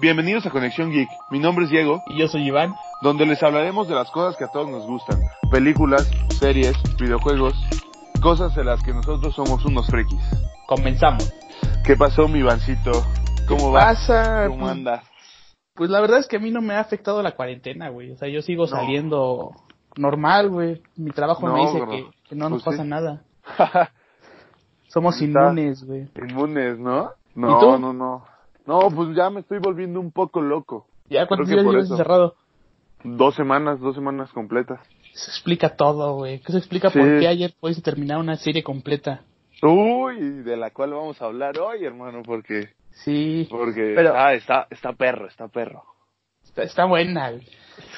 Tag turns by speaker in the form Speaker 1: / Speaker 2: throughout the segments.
Speaker 1: Bienvenidos a Conexión Geek. Mi nombre es Diego,
Speaker 2: Y yo soy Iván.
Speaker 1: donde les hablaremos de las cosas que a todos nos gustan: películas, series, videojuegos, cosas de las que nosotros somos unos frikis.
Speaker 2: Comenzamos.
Speaker 1: ¿Qué pasó, mi Ivancito? ¿Cómo vas?
Speaker 2: pasa?
Speaker 1: ¿Cómo andas?
Speaker 2: Pues la verdad es que a mí no me ha afectado la cuarentena, güey. O sea, yo sigo
Speaker 1: No.
Speaker 2: saliendo normal, güey. Mi trabajo me
Speaker 1: No,
Speaker 2: dice
Speaker 1: bro.
Speaker 2: que, que no nos
Speaker 1: Pues sí.
Speaker 2: pasa nada. Somos
Speaker 1: Está-
Speaker 2: inmunes, güey.
Speaker 1: Inmunes, ¿no?
Speaker 2: ¿Y tú?
Speaker 1: No, no, no. No, pues ya me estoy volviendo un poco loco.
Speaker 2: Ya cuántos
Speaker 1: que
Speaker 2: días
Speaker 1: por
Speaker 2: llevas
Speaker 1: eso.
Speaker 2: encerrado.
Speaker 1: Dos semanas, dos semanas completas.
Speaker 2: Se explica todo, güey. ¿Qué se explica
Speaker 1: Sí.
Speaker 2: por qué ayer pudiste terminar una serie completa?
Speaker 1: Uy, de la cual vamos a hablar hoy, hermano, porque
Speaker 2: Sí,
Speaker 1: porque
Speaker 2: Pero-
Speaker 1: ah, está está perro, está perro.
Speaker 2: está, está buena, güey.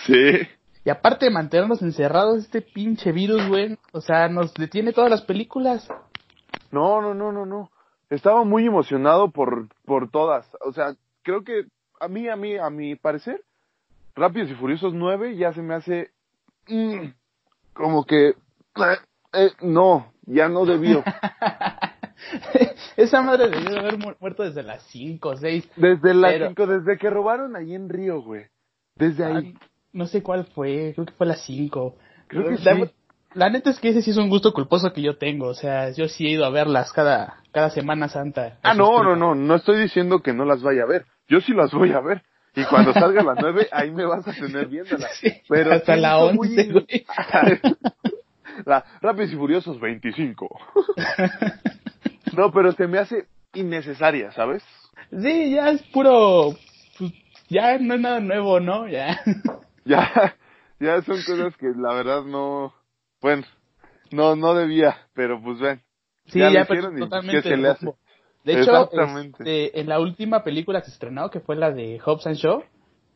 Speaker 1: Sí.
Speaker 2: Y aparte de mantenernos encerrados, este pinche virus, güey. O sea, nos detiene todas las películas.
Speaker 1: No, no, no, no, no. Estaba muy emocionado por, por todas. O sea, creo que a mí, a mí, a mi parecer, Rápidos y Furiosos 9 ya se me hace mm, como que eh, no, ya no debió.
Speaker 2: Esa madre debió de haber mu- muerto desde las 5 o 6.
Speaker 1: Desde la
Speaker 2: Pero-
Speaker 1: 5, desde que robaron ahí en Río, güey. Desde ahí.
Speaker 2: No sé cuál fue, creo que fue las 5.
Speaker 1: Creo que
Speaker 2: la,
Speaker 1: sí.
Speaker 2: la neta es que ese sí es un gusto culposo que yo tengo. O sea, yo sí he ido a verlas cada, cada Semana Santa.
Speaker 1: Ah, no, no, no, no estoy diciendo que no las vaya a ver. Yo sí las voy a ver. Y cuando salga las 9, ahí me vas a tener viéndolas.
Speaker 2: Sí,
Speaker 1: Pero
Speaker 2: hasta
Speaker 1: sí
Speaker 2: la
Speaker 1: está muy-
Speaker 2: 11, güey.
Speaker 1: La Rápidos y Furiosos 25. No, pero se me hace innecesaria, ¿sabes?
Speaker 2: Sí, ya es puro. pues, ya no es nada nuevo, ¿no? Ya.
Speaker 1: Ya, ya son cosas que la verdad no, bueno, no, no debía, pero pues ven.
Speaker 2: Sí,
Speaker 1: Ya
Speaker 2: ya,
Speaker 1: lo
Speaker 2: pero
Speaker 1: hicieron y pues,
Speaker 2: totalmente.
Speaker 1: ¿qué se
Speaker 2: el
Speaker 1: le hace?
Speaker 2: rumbo. De hecho,
Speaker 1: Exactamente.
Speaker 2: este, en la última película que se estrenó, que fue la de Hobbs and Shaw,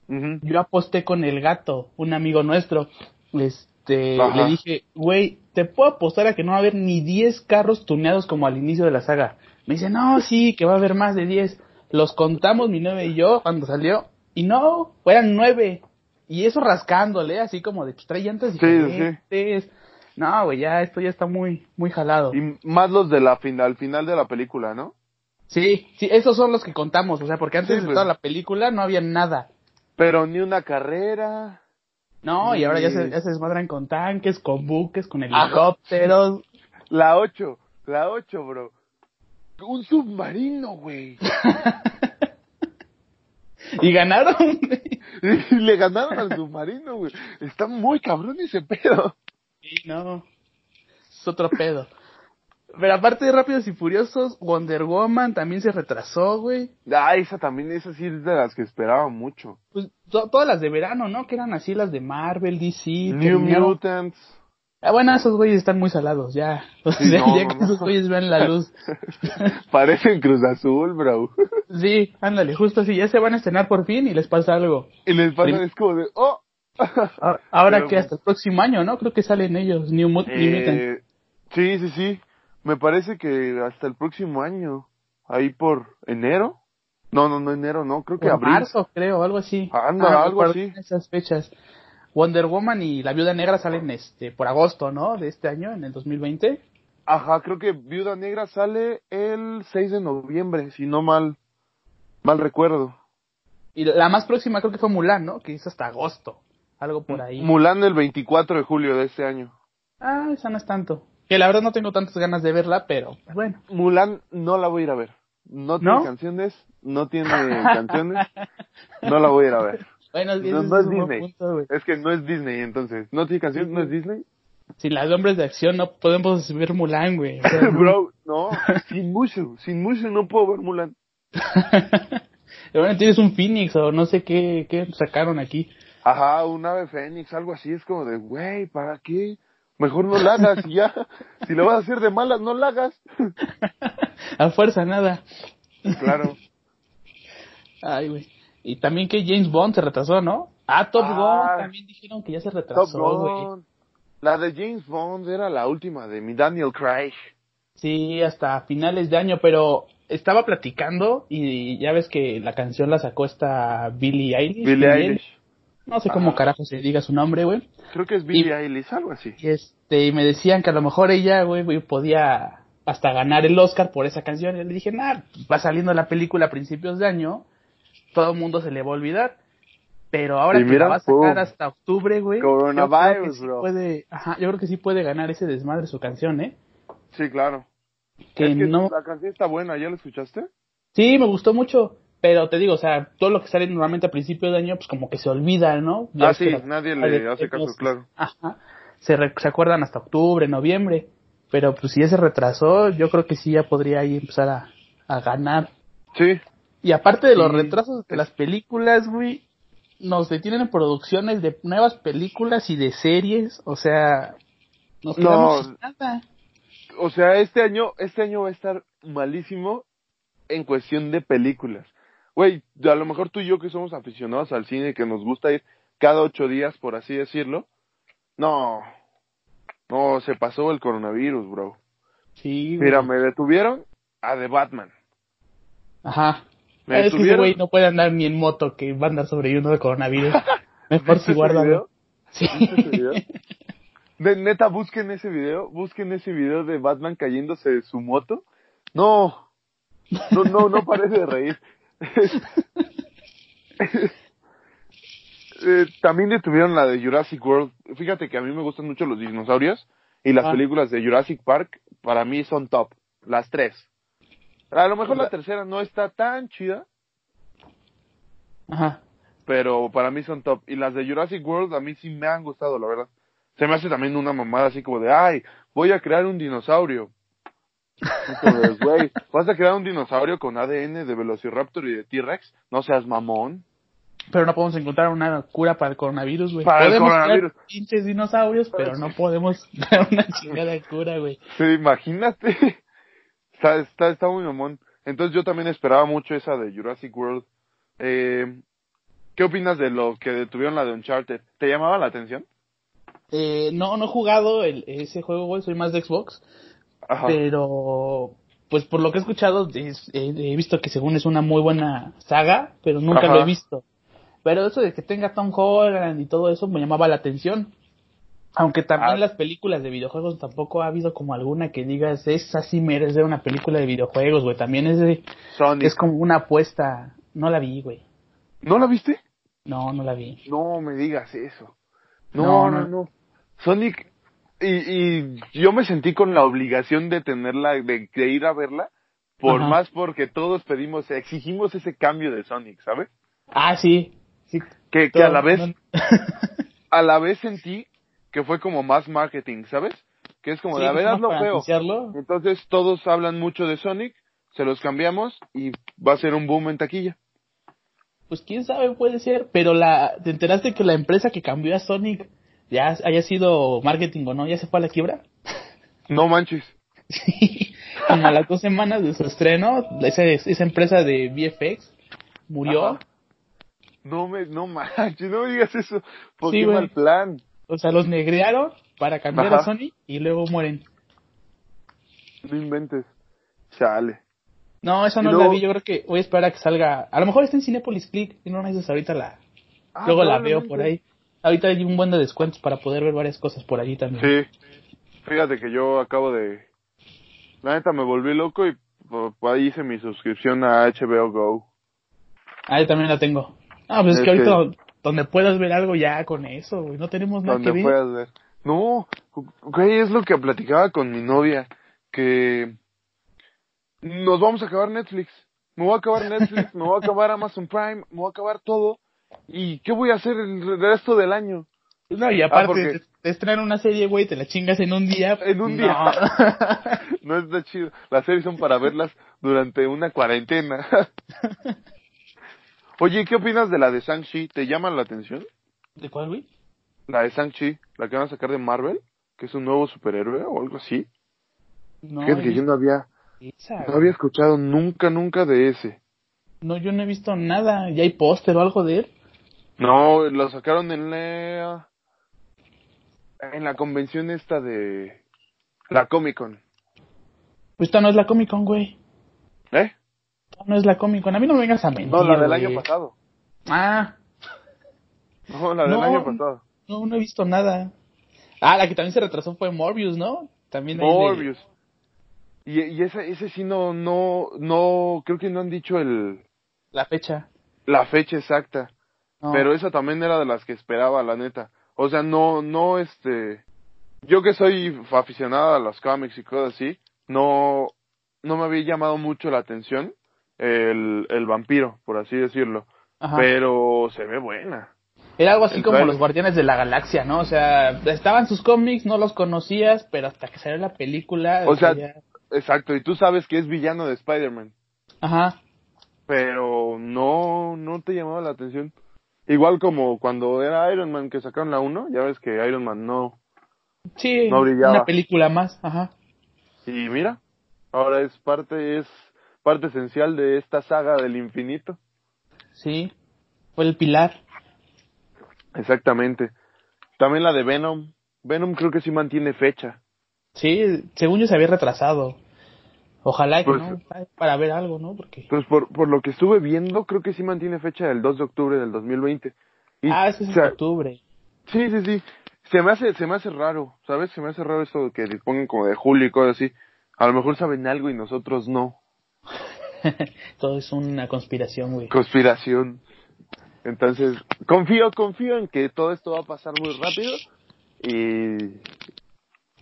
Speaker 1: Ujú.
Speaker 2: yo aposté con el gato, un amigo nuestro. Este,
Speaker 1: Ajá.
Speaker 2: le dije, güey, te puedo apostar a que no va a haber ni 10 carros tuneados como al inicio de la saga. Me dice, no, sí, que va a haber más de 10. Los contamos, mi nueve y yo, cuando salió. Y no, eran nueve. Y eso rascándole, así como de que trae llantas
Speaker 1: Sí,
Speaker 2: diferentes. No, güey, ya, esto ya está muy, muy jalado.
Speaker 1: Y más los de la final, al final de la película, ¿no?
Speaker 2: Sí, sí, esos son los que contamos. O sea, porque antes
Speaker 1: Sí,
Speaker 2: de
Speaker 1: pues.
Speaker 2: toda la película no había nada.
Speaker 1: Pero ni una carrera.
Speaker 2: No, y ahora ya se,
Speaker 1: Sí.
Speaker 2: ya se desmadran con tanques, con buques, con
Speaker 1: Ajá.
Speaker 2: helicópteros.
Speaker 1: La 8, la 8, bro. Un submarino, güey.
Speaker 2: Y ganaron. güey.
Speaker 1: Y Le ganaron al submarino, güey. Está muy cabrón ese pedo.
Speaker 2: Sí, no. Es otro pedo. Pero aparte de Rápidos y Furiosos, Wonder Woman también se retrasó, güey.
Speaker 1: Ah, esa también, esa sí es de las que esperaba mucho.
Speaker 2: Pues to- todas las de verano, ¿no? Que eran así las de Marvel, DC.
Speaker 1: New
Speaker 2: terminaron-
Speaker 1: Mutants.
Speaker 2: Ah, bueno, esos güeyes están muy salados, ya. O sea,
Speaker 1: Sí, no,
Speaker 2: ya
Speaker 1: no,
Speaker 2: que
Speaker 1: no.
Speaker 2: esos güeyes vean la luz.
Speaker 1: Parecen Cruz Azul, bro.
Speaker 2: Sí, ándale, justo así. Ya se van a estrenar por fin y les pasa algo.
Speaker 1: Y les
Speaker 2: Prim-
Speaker 1: pasan es como de, oh.
Speaker 2: Ah, Ahora
Speaker 1: Pero,
Speaker 2: que hasta el próximo año, ¿no? Creo que salen ellos, New, Mut- New Mutants.
Speaker 1: Eh, sí, sí, sí. Me parece que hasta el próximo año. Ahí por enero. No, no, no enero, no. Creo que
Speaker 2: En
Speaker 1: abril.
Speaker 2: marzo, creo, algo así. Ah,
Speaker 1: Anda,
Speaker 2: no
Speaker 1: algo
Speaker 2: recuerdo
Speaker 1: así.
Speaker 2: Esas fechas. Wonder Woman y la Viuda Negra salen este por agosto, ¿no? De este año, en el 2020.
Speaker 1: Ajá, creo que Viuda Negra sale el 6 de noviembre, si no mal, mal recuerdo.
Speaker 2: Y la más próxima creo que fue Mulan, ¿no? Que es hasta agosto. Algo
Speaker 1: Mm,
Speaker 2: por ahí.
Speaker 1: Mulan el 24 de julio de este año.
Speaker 2: ah, esa no es tanto. Que la verdad no tengo tantas ganas de verla, pero pues, bueno.
Speaker 1: Mulan no la voy a ir a ver. No tiene
Speaker 2: ¿No?
Speaker 1: canciones, no tiene canciones, no la voy a ir a ver.
Speaker 2: Bueno, ese
Speaker 1: No,
Speaker 2: es
Speaker 1: no es
Speaker 2: un buen
Speaker 1: Disney.
Speaker 2: punto, güey.
Speaker 1: Es que no es Disney entonces. No tiene canciones, no es Disney.
Speaker 2: Sin las hombres de acción no podemos ver Mulan, güey. O sea, no.
Speaker 1: Bro, no, sin Mushu, sin Mushu no puedo ver Mulan.
Speaker 2: Pero bueno, tienes un Phoenix o no sé qué, qué sacaron aquí.
Speaker 1: Ajá, un ave fénix, algo así, es como de, güey, ¿para qué? Mejor no la hagas y ya. Si la vas a hacer de malas, no la hagas.
Speaker 2: A fuerza, nada.
Speaker 1: Claro.
Speaker 2: Ay, güey. Y también que James Bond se retrasó, ¿no? Ah, Top
Speaker 1: Ah.
Speaker 2: Gun también dijeron que ya se
Speaker 1: Top
Speaker 2: retrasó, güey.
Speaker 1: Gun. La de James Bond era la última de mi Daniel Craig.
Speaker 2: Sí, hasta finales de año, pero estaba platicando y ya ves que la canción la sacó esta Billie Eilish.
Speaker 1: Billie Eilish. Ah.
Speaker 2: No sé cómo
Speaker 1: Ajá.
Speaker 2: carajo se diga su nombre, güey.
Speaker 1: Creo que es Billie Eilish, algo así.
Speaker 2: Y este, y me decían que a lo mejor ella, güey, güey, podía hasta ganar el Oscar por esa canción. Y yo le dije, nah, va saliendo la película a principios de año. todo el mundo se le va a olvidar. Pero ahora
Speaker 1: Y
Speaker 2: que
Speaker 1: mira,
Speaker 2: la va a sacar
Speaker 1: pum.
Speaker 2: hasta octubre, güey. yo creo que
Speaker 1: Coronavirus,
Speaker 2: sí
Speaker 1: bro.
Speaker 2: puede, ajá, yo creo que sí puede ganar ese desmadre su canción, ¿eh?
Speaker 1: Sí, claro.
Speaker 2: Que,
Speaker 1: Es que
Speaker 2: no.
Speaker 1: La canción está buena, ¿ya la escuchaste?
Speaker 2: Sí, me gustó mucho. Pero te digo, o sea, todo lo que sale normalmente a principio de año, pues como que se olvida, ¿no? Ya
Speaker 1: Ah,
Speaker 2: es que
Speaker 1: sí,
Speaker 2: la-
Speaker 1: nadie
Speaker 2: la-
Speaker 1: le hace caso,
Speaker 2: los-
Speaker 1: claro.
Speaker 2: Ajá. Se, re- se acuerdan hasta octubre, noviembre. Pero pues si ya se retrasó, yo creo que sí ya podría ahí empezar a, a ganar.
Speaker 1: Sí,
Speaker 2: Y aparte de los
Speaker 1: Sí.
Speaker 2: retrasos de las películas, güey, nos detienen en producciones de nuevas películas y de series, o sea, nos
Speaker 1: No.
Speaker 2: quedamos sin nada.
Speaker 1: o sea, este año, este año va a estar malísimo en cuestión de películas. Güey, a lo mejor tú y yo que somos aficionados al cine y que nos gusta ir cada ocho días, por así decirlo. No, no, se pasó el coronavirus, bro.
Speaker 2: Sí, güey.
Speaker 1: Mira, me detuvieron a The Batman.
Speaker 2: Ajá.
Speaker 1: Me
Speaker 2: es que ese
Speaker 1: detuvieron.
Speaker 2: güey no puede andar ni en moto que va a andar sobreviviendo de coronavirus. Mejor
Speaker 1: ¿Viste
Speaker 2: si
Speaker 1: ese
Speaker 2: guarda.
Speaker 1: este video?
Speaker 2: Sí.
Speaker 1: ¿Viste ese video? De, neta, busquen ese video, busquen ese video de Batman cayéndose de su moto. No, no, no, no parece de reír. Eh, también detuvieron la de Jurassic World. Fíjate que a mí me gustan mucho los dinosaurios y las
Speaker 2: Ah.
Speaker 1: películas de Jurassic Park para mí son top, las tres. A lo mejor la tercera no está tan chida,
Speaker 2: Ajá.
Speaker 1: pero para mí son top. Y las de Jurassic World a mí sí me han gustado, la verdad. Se me hace también una mamada así como de, ay, voy a crear un dinosaurio. Y como de, Güey, vas a crear un dinosaurio con ADN de Velociraptor y de T-Rex, no seas mamón.
Speaker 2: Pero no podemos encontrar una cura para el coronavirus, güey.
Speaker 1: Para el
Speaker 2: podemos crear
Speaker 1: coronavirus.
Speaker 2: pinches dinosaurios, pero no podemos dar una chingada cura, güey.
Speaker 1: Sí, imagínate. Está, está, está muy mamón. Entonces yo también esperaba mucho esa de Jurassic World. Eh, ¿Qué opinas de lo que detuvieron la de Uncharted? ¿Te llamaba la atención?
Speaker 2: Eh, no, no he jugado el- ese juego, güey. Soy más de Xbox.
Speaker 1: Ajá.
Speaker 2: pero pues por lo que he escuchado es- eh, he visto que según es una muy buena saga pero nunca
Speaker 1: Ajá.
Speaker 2: lo he visto pero eso de que tenga Tom Holland y todo eso me llamaba la atención aunque también
Speaker 1: Ah.
Speaker 2: las películas de videojuegos tampoco ha habido como alguna que digas esa sí merece una película de videojuegos güey también es de-
Speaker 1: Sonic.
Speaker 2: es como una apuesta no la vi güey
Speaker 1: ¿No la viste?
Speaker 2: no no la vi
Speaker 1: No me digas eso.
Speaker 2: No,
Speaker 1: No, no,
Speaker 2: no.
Speaker 1: no. Sonic. Y, y yo me sentí con la obligación de tenerla, de, de ir a verla. Por
Speaker 2: Ajá.
Speaker 1: más porque todos pedimos, exigimos ese cambio de Sonic, ¿sabes?
Speaker 2: ah sí sí
Speaker 1: Que, que a la
Speaker 2: todo-
Speaker 1: vez
Speaker 2: no-
Speaker 1: a la vez sentí que fue como más marketing, ¿sabes? Que es como
Speaker 2: Sí,
Speaker 1: de, a ver,
Speaker 2: no,
Speaker 1: hazlo
Speaker 2: para
Speaker 1: feo.
Speaker 2: anunciarlo.
Speaker 1: Entonces todos hablan mucho de Sonic, se los cambiamos y va a ser un boom en taquilla.
Speaker 2: Pues quién sabe, puede ser, pero la ¿te enteraste que la empresa que cambió a Sonic ya haya sido marketing o no? ¿Ya se fue a la quiebra?
Speaker 1: No manches.
Speaker 2: Sí. Como a las dos semanas de su estreno, esa, esa empresa de VFX murió.
Speaker 1: Ajá. No me, no manches, no me digas eso. ¿Por
Speaker 2: Sí,
Speaker 1: qué
Speaker 2: güey.
Speaker 1: mal plan?
Speaker 2: O sea, los negrearon para cambiar a
Speaker 1: Ajá.
Speaker 2: Sonic y luego mueren.
Speaker 1: No inventes. Chale.
Speaker 2: No, esa
Speaker 1: Y
Speaker 2: no la
Speaker 1: luego-
Speaker 2: vi, yo creo que voy a esperar a que salga. A lo mejor está en Cinepolis Click, y no me dices ahorita la
Speaker 1: Ah,
Speaker 2: luego la veo
Speaker 1: probablemente.
Speaker 2: por ahí. Ahorita hay un buen de descuentos para poder ver varias cosas por allí también.
Speaker 1: Sí. Fíjate que yo acabo de... La neta me volví loco y por- por ahí hice mi suscripción a HBO Go.
Speaker 2: Ah, yo también la tengo. Ah, pues es,
Speaker 1: Es
Speaker 2: que ahorita
Speaker 1: que-
Speaker 2: don- donde puedas ver algo ya con eso, güey. No tenemos nada que
Speaker 1: donde
Speaker 2: ver.
Speaker 1: puedas ver. No, güey, es lo que platicaba con mi novia, que nos vamos a acabar Netflix. Me voy a acabar Netflix, me voy a acabar Amazon Prime, me voy a acabar todo. ¿Y qué voy a hacer el resto del año?
Speaker 2: No, y aparte,
Speaker 1: Ah, porque-
Speaker 2: te, te estrenan una serie, güey, te la chingas en un día.
Speaker 1: En un
Speaker 2: No.
Speaker 1: día. No está chido. Las series son para verlas durante una cuarentena. Oye, ¿qué opinas de la de Shang-Chi? ¿Te llama la atención?
Speaker 2: ¿De cuál, güey?
Speaker 1: La de Shang-Chi, la que van a sacar de Marvel, que es un nuevo superhéroe o algo así.
Speaker 2: No,
Speaker 1: Fíjate que
Speaker 2: he
Speaker 1: yo no había
Speaker 2: visto esa,
Speaker 1: No
Speaker 2: güey.
Speaker 1: había escuchado nunca, nunca de ese.
Speaker 2: No, yo no he visto nada. ¿Ya hay póster o algo de él?
Speaker 1: No, lo sacaron en la... En la convención esta de... La Comic Con.
Speaker 2: Pues esta no es la Comic Con, güey.
Speaker 1: ¿Eh?
Speaker 2: Esta no es la Comic Con. A mí no me vengas a mentir.
Speaker 1: No, la del
Speaker 2: güey.
Speaker 1: año pasado.
Speaker 2: Ah,
Speaker 1: No, la del
Speaker 2: No.
Speaker 1: año pasado.
Speaker 2: no, no he visto nada. Ah, la que también se retrasó fue Morbius, ¿no? También ahí le-
Speaker 1: Morbius. Y, y ese, ese sí no, no, no, creo que no han dicho el...
Speaker 2: la fecha.
Speaker 1: la fecha exacta.
Speaker 2: No.
Speaker 1: Pero esa también era de las que esperaba, la neta. O sea, no, no, este. Yo que soy aficionado a los cómics y cosas así, no, no me había llamado mucho la atención el, el vampiro, por así decirlo.
Speaker 2: Ajá.
Speaker 1: Pero se ve buena.
Speaker 2: Era algo así
Speaker 1: El
Speaker 2: como
Speaker 1: trailer.
Speaker 2: los Guardianes de la Galaxia, ¿no? O sea, estaban sus cómics, no los conocías, pero hasta que salió la película.
Speaker 1: O sea,
Speaker 2: ya-
Speaker 1: exacto. Y tú sabes que es villano de Spider-Man.
Speaker 2: Ajá.
Speaker 1: Pero no, no te llamaba la atención. Igual como cuando era Iron Man que sacaron la 1, ya ves que Iron Man no.
Speaker 2: Sí,
Speaker 1: no brillaba.
Speaker 2: una película más, ajá.
Speaker 1: Y mira, ahora es parte, es parte esencial de esta saga del infinito.
Speaker 2: Sí, fue el pilar.
Speaker 1: Exactamente. También la de Venom. Venom creo que sí mantiene fecha.
Speaker 2: Sí, según yo se había retrasado. Ojalá que
Speaker 1: Pues-
Speaker 2: no, para ver algo, ¿no? Porque...
Speaker 1: Pues por, por lo que estuve viendo, creo que sí mantiene fecha del 2 de octubre del 2020. Y,
Speaker 2: Ah, ese es
Speaker 1: o
Speaker 2: en
Speaker 1: sea,
Speaker 2: octubre.
Speaker 1: Sí, sí, sí. Se me hace, se me hace raro, ¿sabes? Se me hace raro esto de que dispongan como de julio y cosas así. A lo mejor saben algo y nosotros no.
Speaker 2: Todo es una conspiración, güey.
Speaker 1: pues Conspiración. Entonces, confío, confío en que todo esto va a pasar muy rápido y,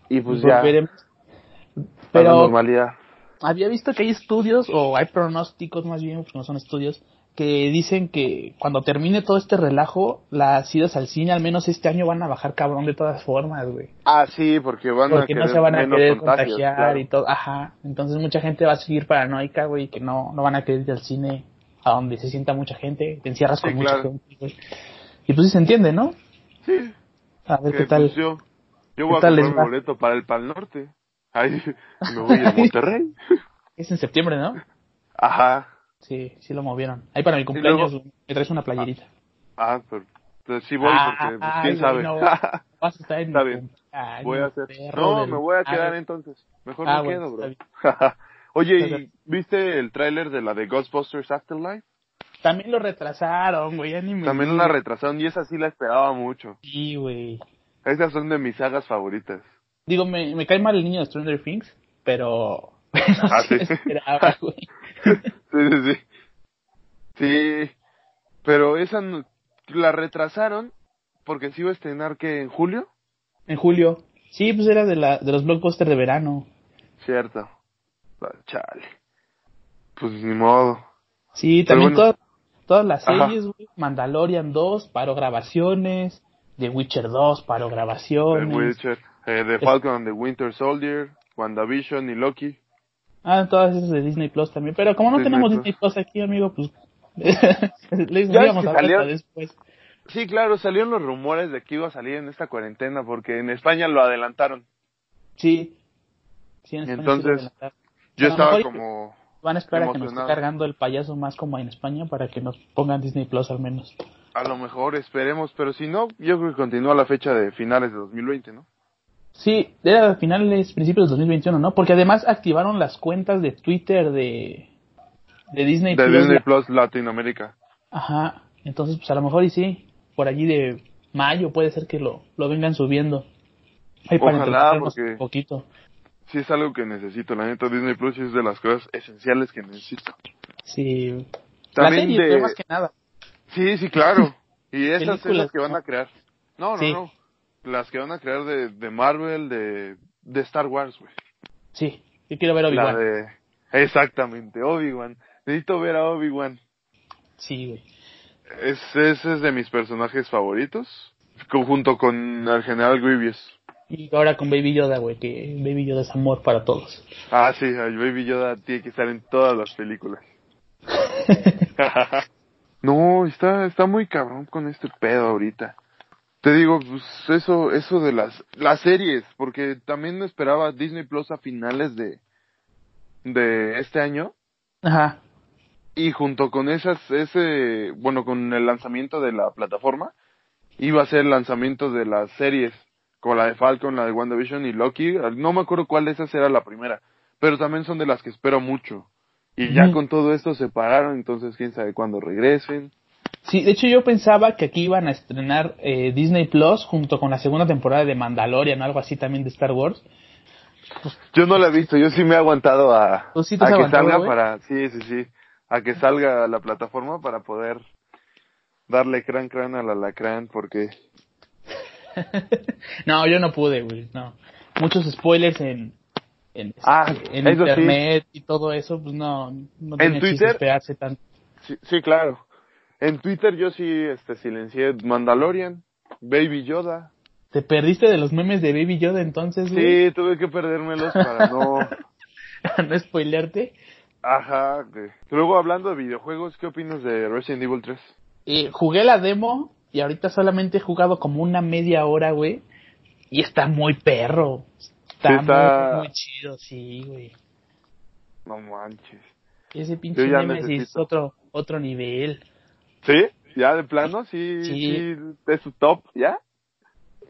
Speaker 1: y pues ya,
Speaker 2: Volveremos.
Speaker 1: a la
Speaker 2: Pero
Speaker 1: normalidad.
Speaker 2: había visto que hay estudios, o hay pronósticos más bien, porque no son estudios, que dicen que cuando termine todo este relajo, las idas al cine, al menos este año, van a bajar cabrón de todas formas, güey.
Speaker 1: Ah, sí, porque van a
Speaker 2: Porque
Speaker 1: querer
Speaker 2: no se van a
Speaker 1: menos
Speaker 2: querer
Speaker 1: contagios,
Speaker 2: contagiar
Speaker 1: claro.
Speaker 2: y todo. Ajá. Entonces mucha gente va a seguir paranoica, güey, que no, no van a querer ir al cine a donde se sienta mucha gente. Te encierras
Speaker 1: Sí,
Speaker 2: con mucha
Speaker 1: claro.
Speaker 2: gente, güey. Y pues sí se entiende, ¿no?
Speaker 1: Sí,
Speaker 2: A ver
Speaker 1: que,
Speaker 2: qué tal.
Speaker 1: pues, yo, yo voy
Speaker 2: ¿Qué
Speaker 1: a
Speaker 2: tal les
Speaker 1: comprar mi
Speaker 2: va?
Speaker 1: boleto para el Pal Norte. Ahí me voy a Monterrey.
Speaker 2: Es en septiembre, ¿no?
Speaker 1: Ajá.
Speaker 2: Sí, sí lo movieron. Ahí para mi cumpleaños güey, me traes una playerita.
Speaker 1: Ah, pero pues, sí voy porque pues,
Speaker 2: Ah, Ay,
Speaker 1: quién sabe.
Speaker 2: güey, no, vas a estar en
Speaker 1: Está
Speaker 2: mi
Speaker 1: bien.
Speaker 2: cumpleaños,
Speaker 1: voy a hacer.
Speaker 2: perro
Speaker 1: No,
Speaker 2: del-
Speaker 1: me voy a quedar
Speaker 2: Ah,
Speaker 1: entonces. Mejor
Speaker 2: Ah,
Speaker 1: me
Speaker 2: bueno,
Speaker 1: quedo, bro.
Speaker 2: Está
Speaker 1: Oye, ¿y
Speaker 2: bien.
Speaker 1: viste el tráiler de la de Ghostbusters Afterlife?
Speaker 2: También lo retrasaron, güey. ya ni me-
Speaker 1: También la retrasaron y esa sí la esperaba mucho.
Speaker 2: Sí, güey.
Speaker 1: Esas son de mis sagas favoritas.
Speaker 2: Digo, me, me cae mal el niño de Stranger Things, pero. pero
Speaker 1: Ah,
Speaker 2: sí
Speaker 1: sí.
Speaker 2: me esperaba, güey.
Speaker 1: Sí, sí, sí. Sí, pero esa no- la retrasaron porque se iba a estrenar que en julio.
Speaker 2: En julio. Sí, pues era de, la, de los blockbusters de verano.
Speaker 1: Cierto. Ah, Chale. Pues ni modo.
Speaker 2: Sí,
Speaker 1: Pero
Speaker 2: también
Speaker 1: bueno.
Speaker 2: todas, todas las
Speaker 1: Ajá.
Speaker 2: series, güey. Mandalorian 2, paró grabaciones. The Witcher 2, paró
Speaker 1: The
Speaker 2: grabaciones.
Speaker 1: Witcher, eh, The Falcon and the Winter Soldier, WandaVision y Loki.
Speaker 2: Ah, todas esas de Disney Plus también. Pero como no
Speaker 1: Disney
Speaker 2: tenemos
Speaker 1: Plus.
Speaker 2: Disney Plus aquí, amigo, pues. les íbamos
Speaker 1: que
Speaker 2: a hablar
Speaker 1: salió-
Speaker 2: hasta después.
Speaker 1: Sí, claro, salieron los rumores de que iba a salir en esta cuarentena porque en España lo adelantaron.
Speaker 2: Sí. Sí, en España sí lo
Speaker 1: Entonces,
Speaker 2: adelantaron.
Speaker 1: Yo
Speaker 2: A lo
Speaker 1: estaba
Speaker 2: mejor-
Speaker 1: como...
Speaker 2: Van a esperar a que nos esté
Speaker 1: emocionado.
Speaker 2: cargando el payaso más como en España para que nos pongan Disney Plus al menos.
Speaker 1: A lo mejor esperemos, pero si no, yo creo que continúa la fecha de finales de 2020, ¿no?
Speaker 2: Sí, era a finales, principios de 2021, ¿no? Porque además activaron las cuentas de Twitter de, de Disney
Speaker 1: De
Speaker 2: Plus.
Speaker 1: Disney Plus Latinoamérica.
Speaker 2: Ajá, entonces pues a lo mejor y sí, por allí de mayo puede ser que lo, lo vengan subiendo. Ahí para
Speaker 1: Ojalá,
Speaker 2: entretenernos
Speaker 1: porque-
Speaker 2: un poquito.
Speaker 1: Sí es algo que necesito, la neta, Disney Plus es de las cosas esenciales que necesito.
Speaker 2: Sí.
Speaker 1: También
Speaker 2: la serie,
Speaker 1: de-
Speaker 2: pero más que nada.
Speaker 1: Sí, sí, claro. Y esas son
Speaker 2: Películas,
Speaker 1: las que van
Speaker 2: ¿no?
Speaker 1: a crear. No, no,
Speaker 2: Sí.
Speaker 1: no. Las que van a crear de, de Marvel, de, de Star Wars, güey.
Speaker 2: Sí, yo quiero ver
Speaker 1: La
Speaker 2: Obi-Wan.
Speaker 1: de... Exactamente, Obi-Wan. Necesito ver a Obi-Wan.
Speaker 2: Sí, güey.
Speaker 1: Ese, ese es de mis personajes favoritos. co- Junto con el general Grievous.
Speaker 2: Y ahora con Baby Yoda, güey, que Baby Yoda es amor para todos.
Speaker 1: Ah, sí, el Baby Yoda tiene que estar en todas las películas. no, está, está muy cabrón con este pedo ahorita. Te digo, pues eso, eso de las, las series, porque también me esperaba Disney Plus a finales de, de este año.
Speaker 2: Ajá.
Speaker 1: Y junto con esas, ese, bueno, con el lanzamiento de la plataforma, iba a ser el lanzamiento de las series, como la de Falcon, la de WandaVision y Loki. No me acuerdo cuál de esas era la primera, pero también son de las que espero mucho. Y ya
Speaker 2: Ujú.
Speaker 1: con todo esto se pararon, entonces quién sabe cuándo regresen.
Speaker 2: Sí, de hecho yo pensaba que aquí iban a estrenar eh, Disney Plus junto con la segunda temporada de Mandalorian o algo así también de Star Wars.
Speaker 1: Yo no la he visto, yo sí me he aguantado a,
Speaker 2: Tú sí te
Speaker 1: a
Speaker 2: has
Speaker 1: que
Speaker 2: aguantado,
Speaker 1: salga
Speaker 2: güey.
Speaker 1: para, sí, sí, sí, a que salga a la plataforma para poder darle crán crán al alacrán porque
Speaker 2: no, yo no pude, güey, no. Muchos spoilers en, en,
Speaker 1: Ah,
Speaker 2: en
Speaker 1: eso sí.
Speaker 2: internet y todo eso, pues no, no
Speaker 1: En
Speaker 2: tenía chiste
Speaker 1: Twitter.
Speaker 2: esperarse tanto.
Speaker 1: sí, sí, claro. En Twitter yo sí este silencié Mandalorian, Baby Yoda.
Speaker 2: ¿Te perdiste de los memes de Baby Yoda entonces, güey?
Speaker 1: Sí, tuve que perdérmelos para no
Speaker 2: no spoilearte.
Speaker 1: ajá. güey. Luego hablando de videojuegos, ¿qué opinas de Resident Evil 3?
Speaker 2: Eh, jugué la demo y ahorita solamente he jugado como una media hora, güey. Y está muy perro. Está,
Speaker 1: Sí, está-
Speaker 2: Muy, muy chido, sí, güey.
Speaker 1: No manches.
Speaker 2: Ese pinche
Speaker 1: ya
Speaker 2: Nemesis es
Speaker 1: necesito.
Speaker 2: otro, otro nivel.
Speaker 1: ¿Sí? ¿Ya de plano? Sí,
Speaker 2: Sí.
Speaker 1: sí, es su top, ¿ya?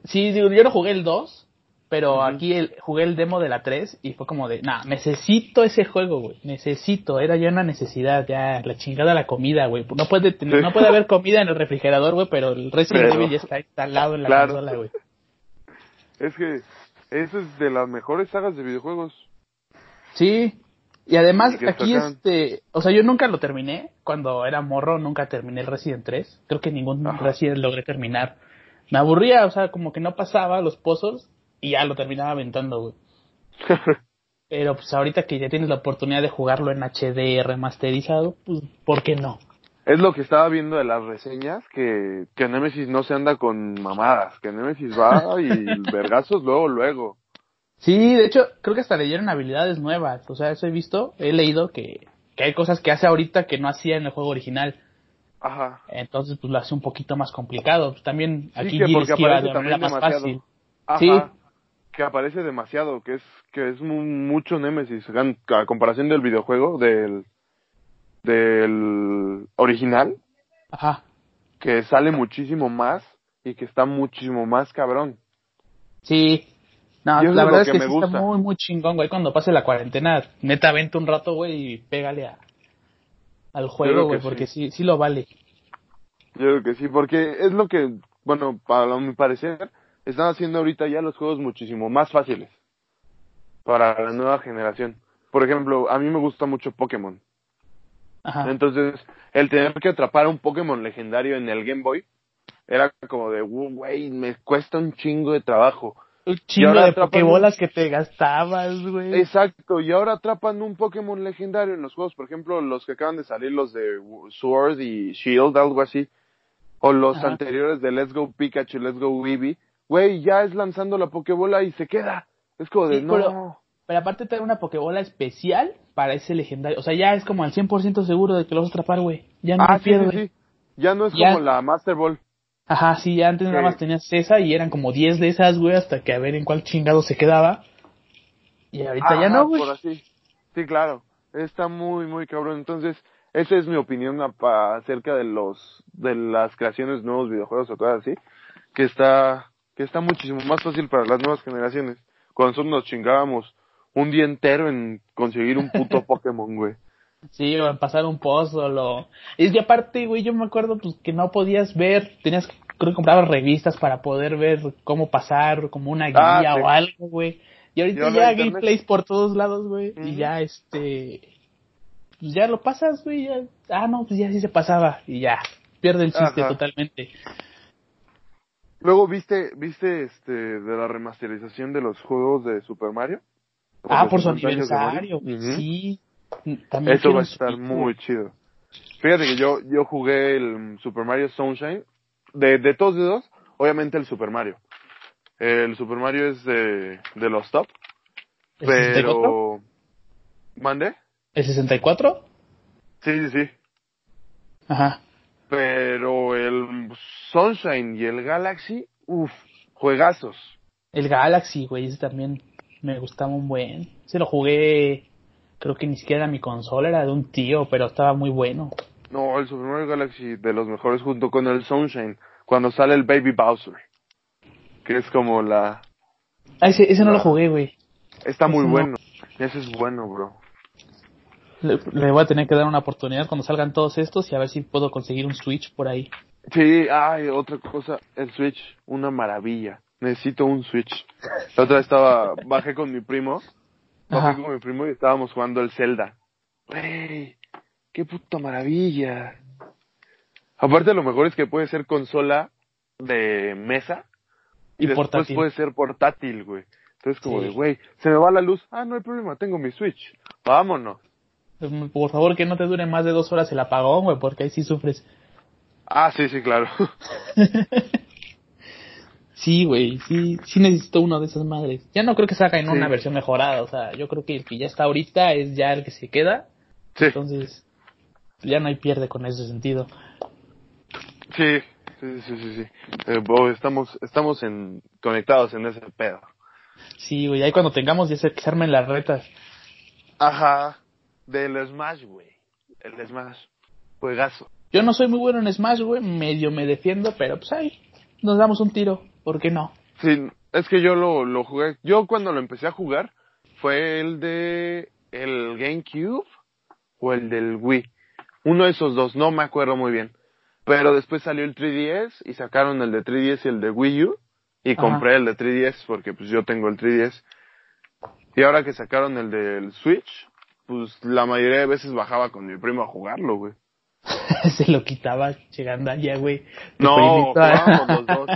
Speaker 2: Sí, digo, yo no jugué el 2, pero
Speaker 1: Ujú.
Speaker 2: aquí el- jugué el demo de la 3 y fue como de, nah, necesito ese juego, güey. Necesito, era ya una necesidad, ya la chingada la comida, güey. No puede tener-
Speaker 1: Sí.
Speaker 2: no puede haber comida en el refrigerador, güey, pero el Resident
Speaker 1: Pero-
Speaker 2: Evil ya está instalado en la
Speaker 1: Claro.
Speaker 2: consola, güey.
Speaker 1: Es que eso es de las mejores sagas de videojuegos.
Speaker 2: Sí. Y además
Speaker 1: Y que
Speaker 2: aquí
Speaker 1: sacan-
Speaker 2: este, o sea, yo nunca lo terminé, cuando era morro nunca terminé el Resident 3, creo que ningún
Speaker 1: Ajá.
Speaker 2: Resident logré terminar. Me aburría, o sea, como que no pasaba los pozos y ya lo terminaba aventando, güey. Pero pues ahorita que ya tienes la oportunidad de jugarlo en HD remasterizado, pues ¿por qué no?
Speaker 1: Es lo que estaba viendo de las reseñas, que, que Nemesis no se anda con mamadas, que Nemesis va y vergazos luego, luego.
Speaker 2: Sí, de hecho, creo que hasta le dieron habilidades nuevas. O sea, eso he visto, he leído que, que hay cosas que hace ahorita que no hacía en el juego original.
Speaker 1: Ajá.
Speaker 2: Entonces, pues lo hace un poquito más complicado. Pues, también
Speaker 1: Sí,
Speaker 2: aquí
Speaker 1: que
Speaker 2: Jill
Speaker 1: porque
Speaker 2: esquiva
Speaker 1: aparece
Speaker 2: de manera
Speaker 1: también
Speaker 2: más
Speaker 1: demasiado.
Speaker 2: fácil.
Speaker 1: Ajá.
Speaker 2: Sí.
Speaker 1: Que aparece demasiado, que es, que es mu- mucho Nemesis. gan- A comparación del videojuego, del, del original,
Speaker 2: Ajá.
Speaker 1: que sale muchísimo más y que está muchísimo más cabrón.
Speaker 2: Sí. No,
Speaker 1: Y eso
Speaker 2: la
Speaker 1: es
Speaker 2: verdad
Speaker 1: lo
Speaker 2: es que,
Speaker 1: que me
Speaker 2: sí
Speaker 1: gusta.
Speaker 2: está muy, muy chingón, güey. Cuando pase la cuarentena, neta, vente un rato, güey, y pégale a, al
Speaker 1: creo
Speaker 2: juego,
Speaker 1: que
Speaker 2: güey,
Speaker 1: sí.
Speaker 2: porque sí. sí lo vale.
Speaker 1: Yo creo que sí, porque es lo que, bueno, para mi parecer, están haciendo ahorita ya los juegos muchísimo más fáciles para la nueva generación. Por ejemplo, a mí me gusta mucho Pokémon.
Speaker 2: Ajá.
Speaker 1: Entonces, el tener que atrapar a un Pokémon legendario en el Game Boy era como de, "Uh, güey, me cuesta un chingo de trabajo.
Speaker 2: Un
Speaker 1: Y
Speaker 2: chingo
Speaker 1: ahora
Speaker 2: de
Speaker 1: atrapan-
Speaker 2: pokebolas que te gastabas, güey.
Speaker 1: Exacto, y ahora atrapan un Pokémon legendario en los juegos, por ejemplo, los que acaban de salir, los de Sword y Shield, algo así, o los
Speaker 2: Ajá.
Speaker 1: anteriores de Let's Go Pikachu, Let's Go Eevee, güey, ya es lanzando la Pokébola y se queda. Es como de,
Speaker 2: Sí,
Speaker 1: no,
Speaker 2: pero, pero aparte trae una pokebola especial para ese legendario. O sea, ya es como al 100% seguro de que lo vas a atrapar, güey. Ya no
Speaker 1: ah, sí,
Speaker 2: te
Speaker 1: sí,
Speaker 2: pierdes.
Speaker 1: sí. ya no es
Speaker 2: Ya.
Speaker 1: como la Master Ball.
Speaker 2: Ajá, sí, ya antes nada
Speaker 1: Sí.
Speaker 2: más tenías esa y eran como 10 de esas, güey, hasta que a ver en cuál chingado se quedaba. Y ahorita ya
Speaker 1: Ajá,
Speaker 2: no, güey.
Speaker 1: por así. Sí, claro, está muy, muy cabrón. Entonces, esa es mi opinión apa- acerca de los, de las creaciones de nuevos videojuegos o cosas así, que está, que está muchísimo más fácil para las nuevas generaciones. Cuando nosotros nos chingábamos un día entero en conseguir un puto Pokémon, güey.
Speaker 2: Sí, o en pasar un pozo, lo... Es que aparte, güey, yo me acuerdo pues que no podías ver, tenías que, creo que comprabas revistas para poder ver cómo pasar, como una guía
Speaker 1: Ah, sí.
Speaker 2: o algo, güey. Y ahorita
Speaker 1: Y ahora
Speaker 2: ya
Speaker 1: internet.
Speaker 2: gameplays por todos lados, güey, y
Speaker 1: Ujú.
Speaker 2: ya este... Pues ya lo pasas, güey, ya... Ah, no, pues ya sí se pasaba, y ya. Pierde el chiste
Speaker 1: Ajá.
Speaker 2: totalmente.
Speaker 1: Luego, ¿viste, viste este, de la remasterización de los juegos de Super Mario?
Speaker 2: Ah, por su
Speaker 1: 60 años de Mario.
Speaker 2: aniversario, güey,
Speaker 1: Ujú.
Speaker 2: sí. También
Speaker 1: Eso va a
Speaker 2: quiero
Speaker 1: estar
Speaker 2: su-
Speaker 1: muy chido. Fíjate que yo, yo jugué el mm, Super Mario Sunshine. De, de todos de dos, obviamente el Super Mario. El Super Mario es de, de los top,
Speaker 2: ¿El 64?
Speaker 1: pero... ¿Mande?
Speaker 2: ¿El 64?
Speaker 1: Sí, sí, sí.
Speaker 2: Ajá.
Speaker 1: Pero el Sunshine y el Galaxy, uff, juegazos.
Speaker 2: El Galaxy, güey, ese también me gustaba un buen. Se lo jugué, creo que ni siquiera era mi consola, era de un tío, pero estaba muy bueno.
Speaker 1: No, el Super Mario Galaxy de los mejores junto con el Sunshine, cuando sale el Baby Bowser. Que es como la...
Speaker 2: Ah, ese, ese no
Speaker 1: Ah.
Speaker 2: lo jugué, güey.
Speaker 1: Está muy
Speaker 2: Ese Pues no.
Speaker 1: bueno. Ese es bueno, bro.
Speaker 2: Le, le voy a tener que dar una oportunidad cuando salgan todos estos y a ver si puedo conseguir un Switch por ahí.
Speaker 1: Sí, ay, otra cosa, el Switch, una maravilla. Necesito un Switch. La otra vez estaba, bajé con mi primo, bajé
Speaker 2: Ajá.
Speaker 1: con mi primo y estábamos jugando el Zelda. ¡Ey! ¡Qué puta maravilla! Aparte, lo mejor es que puede ser consola de mesa y,
Speaker 2: Y
Speaker 1: después
Speaker 2: portátil.
Speaker 1: puede ser portátil, güey. Entonces, como
Speaker 2: Sí.
Speaker 1: de, güey, se me va la luz. Ah, no hay problema, tengo mi Switch. Vámonos.
Speaker 2: Mm, Por favor, que no te dure más de dos horas el apagón, güey, porque ahí sí sufres.
Speaker 1: Ah, sí, sí, claro.
Speaker 2: Sí, güey, sí, sí necesito uno de esas madres. Ya no creo que salga en
Speaker 1: Sí.
Speaker 2: una versión mejorada, o sea, yo creo que el que ya está ahorita es ya el que se queda.
Speaker 1: sí,
Speaker 2: Entonces, ya no hay pierde con ese sentido.
Speaker 1: sí, sí, sí, sí. sí. Eh, bo, estamos estamos en, conectados en ese pedo.
Speaker 2: Sí, güey, ahí cuando tengamos ya se, que se armen las retas.
Speaker 1: Ajá, del Smash, güey. El Smash. Juegazo.
Speaker 2: Yo no soy muy bueno en Smash, güey, medio me defiendo, pero pues ahí, nos damos un tiro, ¿por qué no?
Speaker 1: Sí, es que yo lo, lo jugué. Yo cuando lo empecé a jugar fue el de el GameCube o el del Wii. Uno de esos dos, no me acuerdo muy bien. Pero después salió el 3DS y sacaron el de 3DS y el de Wii U. Y
Speaker 2: Ajá.
Speaker 1: compré el de 3DS porque pues yo tengo el 3DS. Y ahora que sacaron el del Switch, pues la mayoría de veces bajaba con mi primo a jugarlo, güey.
Speaker 2: se lo quitaba llegando allá, güey. Tu
Speaker 1: No,
Speaker 2: primito, ah.
Speaker 1: jugábamos los dos.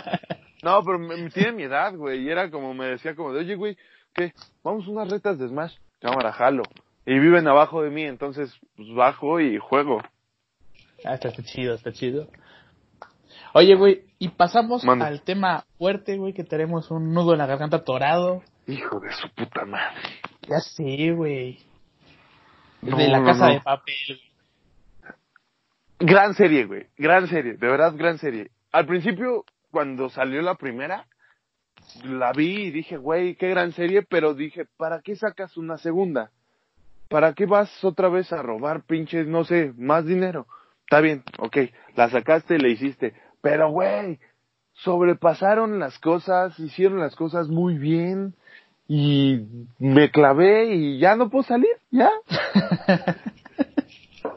Speaker 1: No, pero me, me tiene mi edad, güey. Y era como, me decía como de, oye, güey, ¿qué? Vamos a unas retas de Smash. Cámara, jalo. Y viven abajo de mí, entonces, pues bajo y juego.
Speaker 2: Ah, está, está chido, está chido. Oye, güey, y pasamos
Speaker 1: Mande.
Speaker 2: al tema fuerte, güey, que tenemos un nudo en la garganta atorado.
Speaker 1: Hijo de su puta madre.
Speaker 2: Ya sé, güey.
Speaker 1: No,
Speaker 2: de la
Speaker 1: no,
Speaker 2: casa
Speaker 1: no.
Speaker 2: de papel.
Speaker 1: Gran serie, güey. Gran serie. De verdad, gran serie. Al principio, cuando salió la primera, la vi y dije, güey, qué gran serie, pero dije, ¿para qué sacas una segunda? ¿Para qué vas otra vez a robar pinches, no sé, más dinero? Está bien, ok, la sacaste, le hiciste, pero güey, sobrepasaron las cosas, hicieron las cosas muy bien y me clavé y ya no puedo salir, ya.
Speaker 2: Me-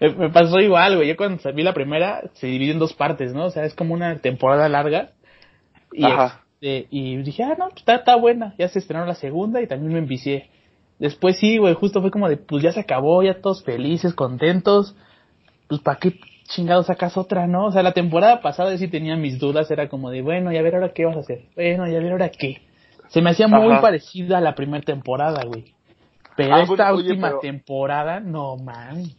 Speaker 2: Eh, Me pasó igual, güey. Yo cuando vi la primera, se dividió en dos partes, ¿no? O sea, es como una temporada larga. Y,
Speaker 1: Ajá.
Speaker 2: este, y dije, ah, no, está, está buena. Ya se estrenó la segunda y también me envicié. Después sí, güey, justo fue como de, pues ya se acabó, ya todos felices, contentos. Pues para qué chingados sacas otra, ¿no? O sea, la temporada pasada yo sí tenía mis dudas, era como de, bueno, y a ver ahora qué vas a hacer. Bueno, y a ver ahora qué. Se me hacía muy
Speaker 1: Ajá.
Speaker 2: parecida a la primera temporada, güey. Pero
Speaker 1: Ah, bueno,
Speaker 2: esta
Speaker 1: oye,
Speaker 2: última
Speaker 1: pero-
Speaker 2: temporada, no mames.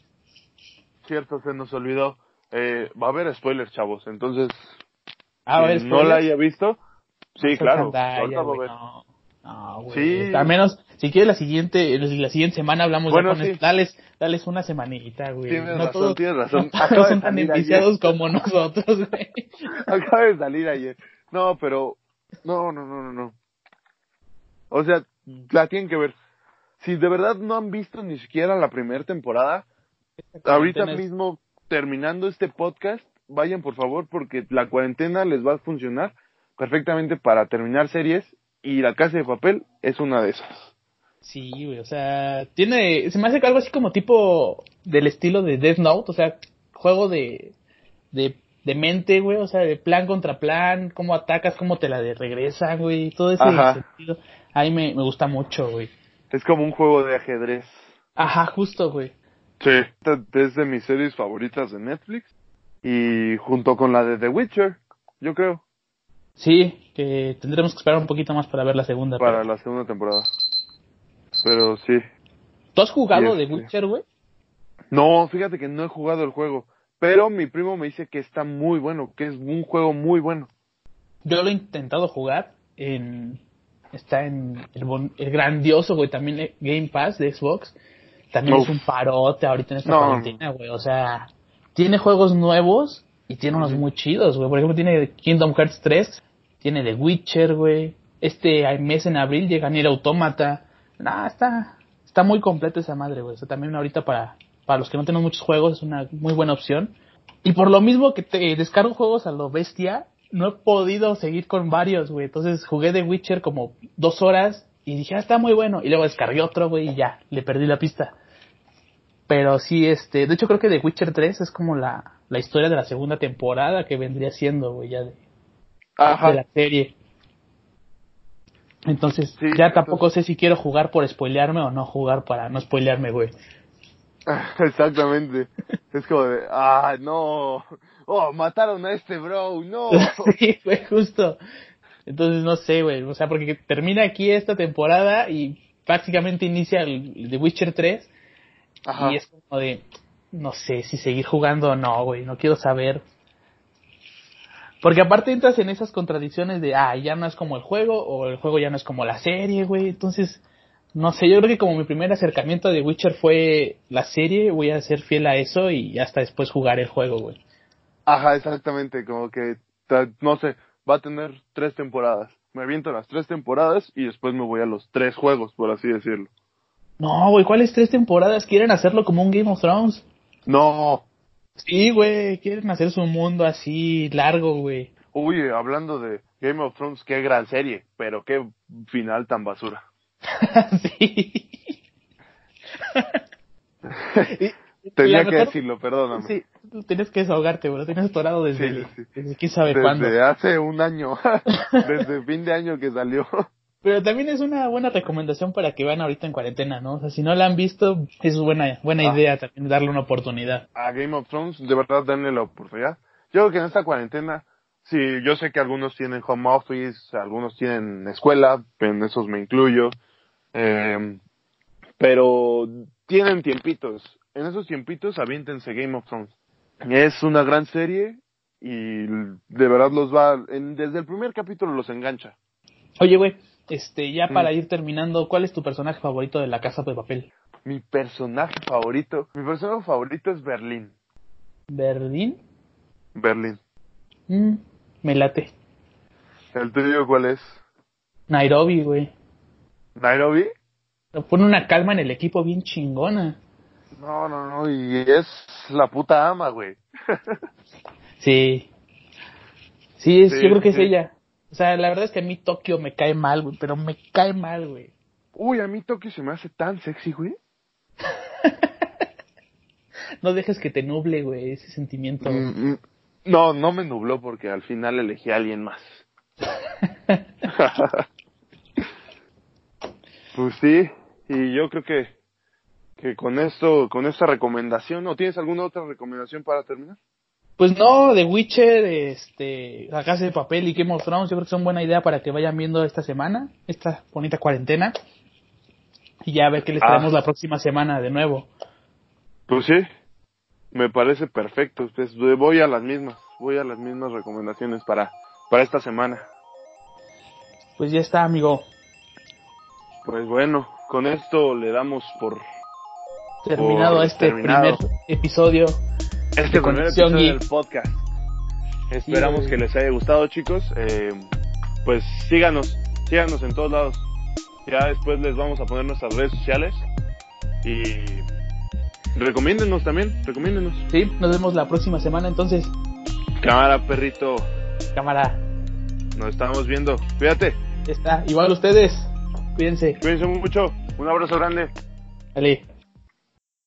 Speaker 1: Cierto, se nos olvidó. Eh, va a haber spoilers, chavos. Entonces,
Speaker 2: Ah, a ver,
Speaker 1: quien no la haya visto, sí, claro. ahorita va a haber.
Speaker 2: No, no, güey.
Speaker 1: Sí.
Speaker 2: A menos, si quieres la siguiente, la siguiente semana hablamos
Speaker 1: Bueno,
Speaker 2: ya con
Speaker 1: sí.
Speaker 2: esto. Dales, dales una semanita, güey.
Speaker 1: Tienes
Speaker 2: no
Speaker 1: razón,
Speaker 2: todos,
Speaker 1: tienes razón.
Speaker 2: no todos
Speaker 1: Acaba de
Speaker 2: son tan
Speaker 1: salir ayer.
Speaker 2: enviciados como nosotros, güey.
Speaker 1: Acaba de salir ayer. No, pero. No, no, no, no, no. O sea, la tienen que ver. Si de verdad no han visto ni siquiera la primera temporada, ahorita
Speaker 2: Tienes-
Speaker 1: mismo, terminando este podcast, vayan por favor, porque la cuarentena les va a funcionar perfectamente para terminar series y La Casa de Papel es una de esas.
Speaker 2: Sí, güey, o sea, tiene, se me hace que algo así como tipo del estilo de Death Note, o sea, juego de, de, de mente, güey, o sea, de plan contra plan, cómo atacas, cómo te la de regresa, güey, todo ese
Speaker 1: Ajá.
Speaker 2: sentido. Ahí me, me gusta mucho, güey.
Speaker 1: Es como un juego de ajedrez.
Speaker 2: Ajá, justo, güey.
Speaker 1: Sí. Esta Es de mis series favoritas de Netflix. Y junto con la de The Witcher, yo creo,
Speaker 2: Sí, que tendremos que esperar un poquito más para ver la segunda.
Speaker 1: para
Speaker 2: pero-
Speaker 1: la segunda temporada. Pero sí.
Speaker 2: ¿Tú has jugado
Speaker 1: Sí,
Speaker 2: de
Speaker 1: sí.
Speaker 2: Witcher, güey?
Speaker 1: No, fíjate que no he jugado el juego. Pero mi primo me dice que está muy bueno, que es un juego muy bueno.
Speaker 2: Yo lo he intentado jugar en... Está en el, bon- el grandioso, güey, también eh, Game Pass de Xbox. También
Speaker 1: Uf.
Speaker 2: es un parote ahorita en esta
Speaker 1: No.
Speaker 2: cuarentena, güey. O sea, tiene juegos nuevos y tiene unos muy chidos, güey. Por ejemplo, tiene Kingdom Hearts 3, tiene The Witcher, güey. Este mes en abril llega Nier Automata. Nah, está, está muy completa esa madre, güey. O sea, también ahorita para, para los que no tenemos muchos juegos es una muy buena opción. Y por lo mismo que te descargo juegos a lo bestia, no he podido seguir con varios, güey. Entonces jugué The Witcher como dos horas y dije, ah, está muy bueno. Y luego descargué otro, güey, y ya, le perdí la pista. Pero sí, este, de hecho creo que The Witcher 3 es como la, la historia de la segunda temporada que vendría siendo, güey, ya de, de la
Speaker 1: Ajá.
Speaker 2: serie. Entonces,
Speaker 1: Sí,
Speaker 2: ya tampoco
Speaker 1: entonces-
Speaker 2: sé si quiero jugar por spoilearme o no jugar para no spoilearme, güey.
Speaker 1: Exactamente. Es como de, ah, no. Oh, mataron a este bro, no.
Speaker 2: Sí, fue justo. Entonces, no sé, güey. O sea, porque termina aquí esta temporada y prácticamente inicia el, el The Witcher 3.
Speaker 1: Ajá.
Speaker 2: Y es como de, no sé si seguir jugando o no, güey. No quiero saber. Porque aparte entras en esas contradicciones de, ah, ya no es como el juego o el juego ya no es como la serie, güey. Entonces, no sé, yo creo que como mi primer acercamiento de Witcher fue la serie, voy a ser fiel a eso y hasta después jugar el juego, güey.
Speaker 1: Ajá, exactamente, como que, ta- no sé, va a tener tres temporadas. Me aviento las tres temporadas y después me voy a los tres juegos, por así decirlo.
Speaker 2: No, güey, ¿cuáles tres temporadas? ¿Quieren hacerlo como un Game of Thrones?
Speaker 1: No.
Speaker 2: Sí, güey, quieren hacer su mundo así largo, güey.
Speaker 1: Uy, hablando de Game of Thrones, qué gran serie, pero qué final tan basura.
Speaker 2: sí.
Speaker 1: Tenía
Speaker 2: la
Speaker 1: que
Speaker 2: mejor-
Speaker 1: decirlo, perdóname.
Speaker 2: sí, tú tienes que desahogarte, güey. Lo tienes atorado desde,
Speaker 1: Sí, sí.
Speaker 2: desde quién sabe
Speaker 1: Desde
Speaker 2: cuándo.
Speaker 1: hace un año, desde fin de año que salió.
Speaker 2: Pero también es una buena recomendación para que vean ahorita en cuarentena, ¿no? O sea, si no la han visto, es buena, buena
Speaker 1: Ah.
Speaker 2: idea también darle una oportunidad.
Speaker 1: a Game of Thrones, de verdad denle la oportunidad. Yo creo que en esta cuarentena, sí, yo sé que algunos tienen home office, algunos tienen escuela, en esos me incluyo, eh, pero tienen tiempitos. En esos tiempitos aviéntense Game of Thrones. Es una gran serie y de verdad los va, en- desde el primer capítulo los engancha.
Speaker 2: Oye, güey, este, ya
Speaker 1: Mm.
Speaker 2: para ir terminando, ¿cuál es tu personaje favorito de La Casa de Papel?
Speaker 1: Mi personaje favorito, mi personaje favorito es Berlín.
Speaker 2: ¿Berlín?
Speaker 1: Berlín.
Speaker 2: Mm, me late.
Speaker 1: ¿El tuyo cuál es?
Speaker 2: Nairobi, güey.
Speaker 1: ¿Nairobi?
Speaker 2: Le Pone una calma en el equipo bien chingona.
Speaker 1: No, no, no, y es la puta ama, güey.
Speaker 2: Sí. Sí, es-
Speaker 1: Sí,
Speaker 2: yo creo que es
Speaker 1: sí.
Speaker 2: ella. O sea, la verdad es que a mí Tokio me cae mal, güey, pero me cae mal, güey.
Speaker 1: Uy, a mí Tokio se me hace tan sexy, güey.
Speaker 2: No dejes que te nuble, güey, ese sentimiento. güey.
Speaker 1: Mm, mm. No, no me nubló porque al final elegí a alguien más. pues sí, y yo creo que, que con esto, con esta recomendación, ¿no tienes alguna otra recomendación para terminar?
Speaker 2: Pues no, The Witcher, este, La Casa de Papel y Game of Thrones, yo creo que son buena idea para que vayan viendo esta semana, esta bonita cuarentena. Y ya a ver qué les
Speaker 1: Ah.
Speaker 2: traemos la próxima semana de nuevo.
Speaker 1: Pues sí, me parece perfecto. Pues voy a las mismas, voy a las mismas recomendaciones para, para esta semana.
Speaker 2: Pues ya está, amigo.
Speaker 1: Pues bueno, con esto le damos por
Speaker 2: Terminado
Speaker 1: Por
Speaker 2: este
Speaker 1: terminado.
Speaker 2: primer episodio.
Speaker 1: este primer
Speaker 2: Conexión
Speaker 1: episodio
Speaker 2: Geek.
Speaker 1: del podcast. Esperamos
Speaker 2: Sí.
Speaker 1: que les haya gustado, chicos. Eh, pues síganos, síganos en todos lados. Ya después les vamos a poner nuestras redes sociales y recomiéndenos también, recomiéndenos.
Speaker 2: Sí, nos vemos la próxima semana entonces.
Speaker 1: Cámara, perrito,
Speaker 2: Cámara,
Speaker 1: nos estamos viendo. Cuídate,
Speaker 2: ya está. Igual ustedes, cuídense.
Speaker 1: cuídense mucho. Un abrazo grande.
Speaker 2: Dale.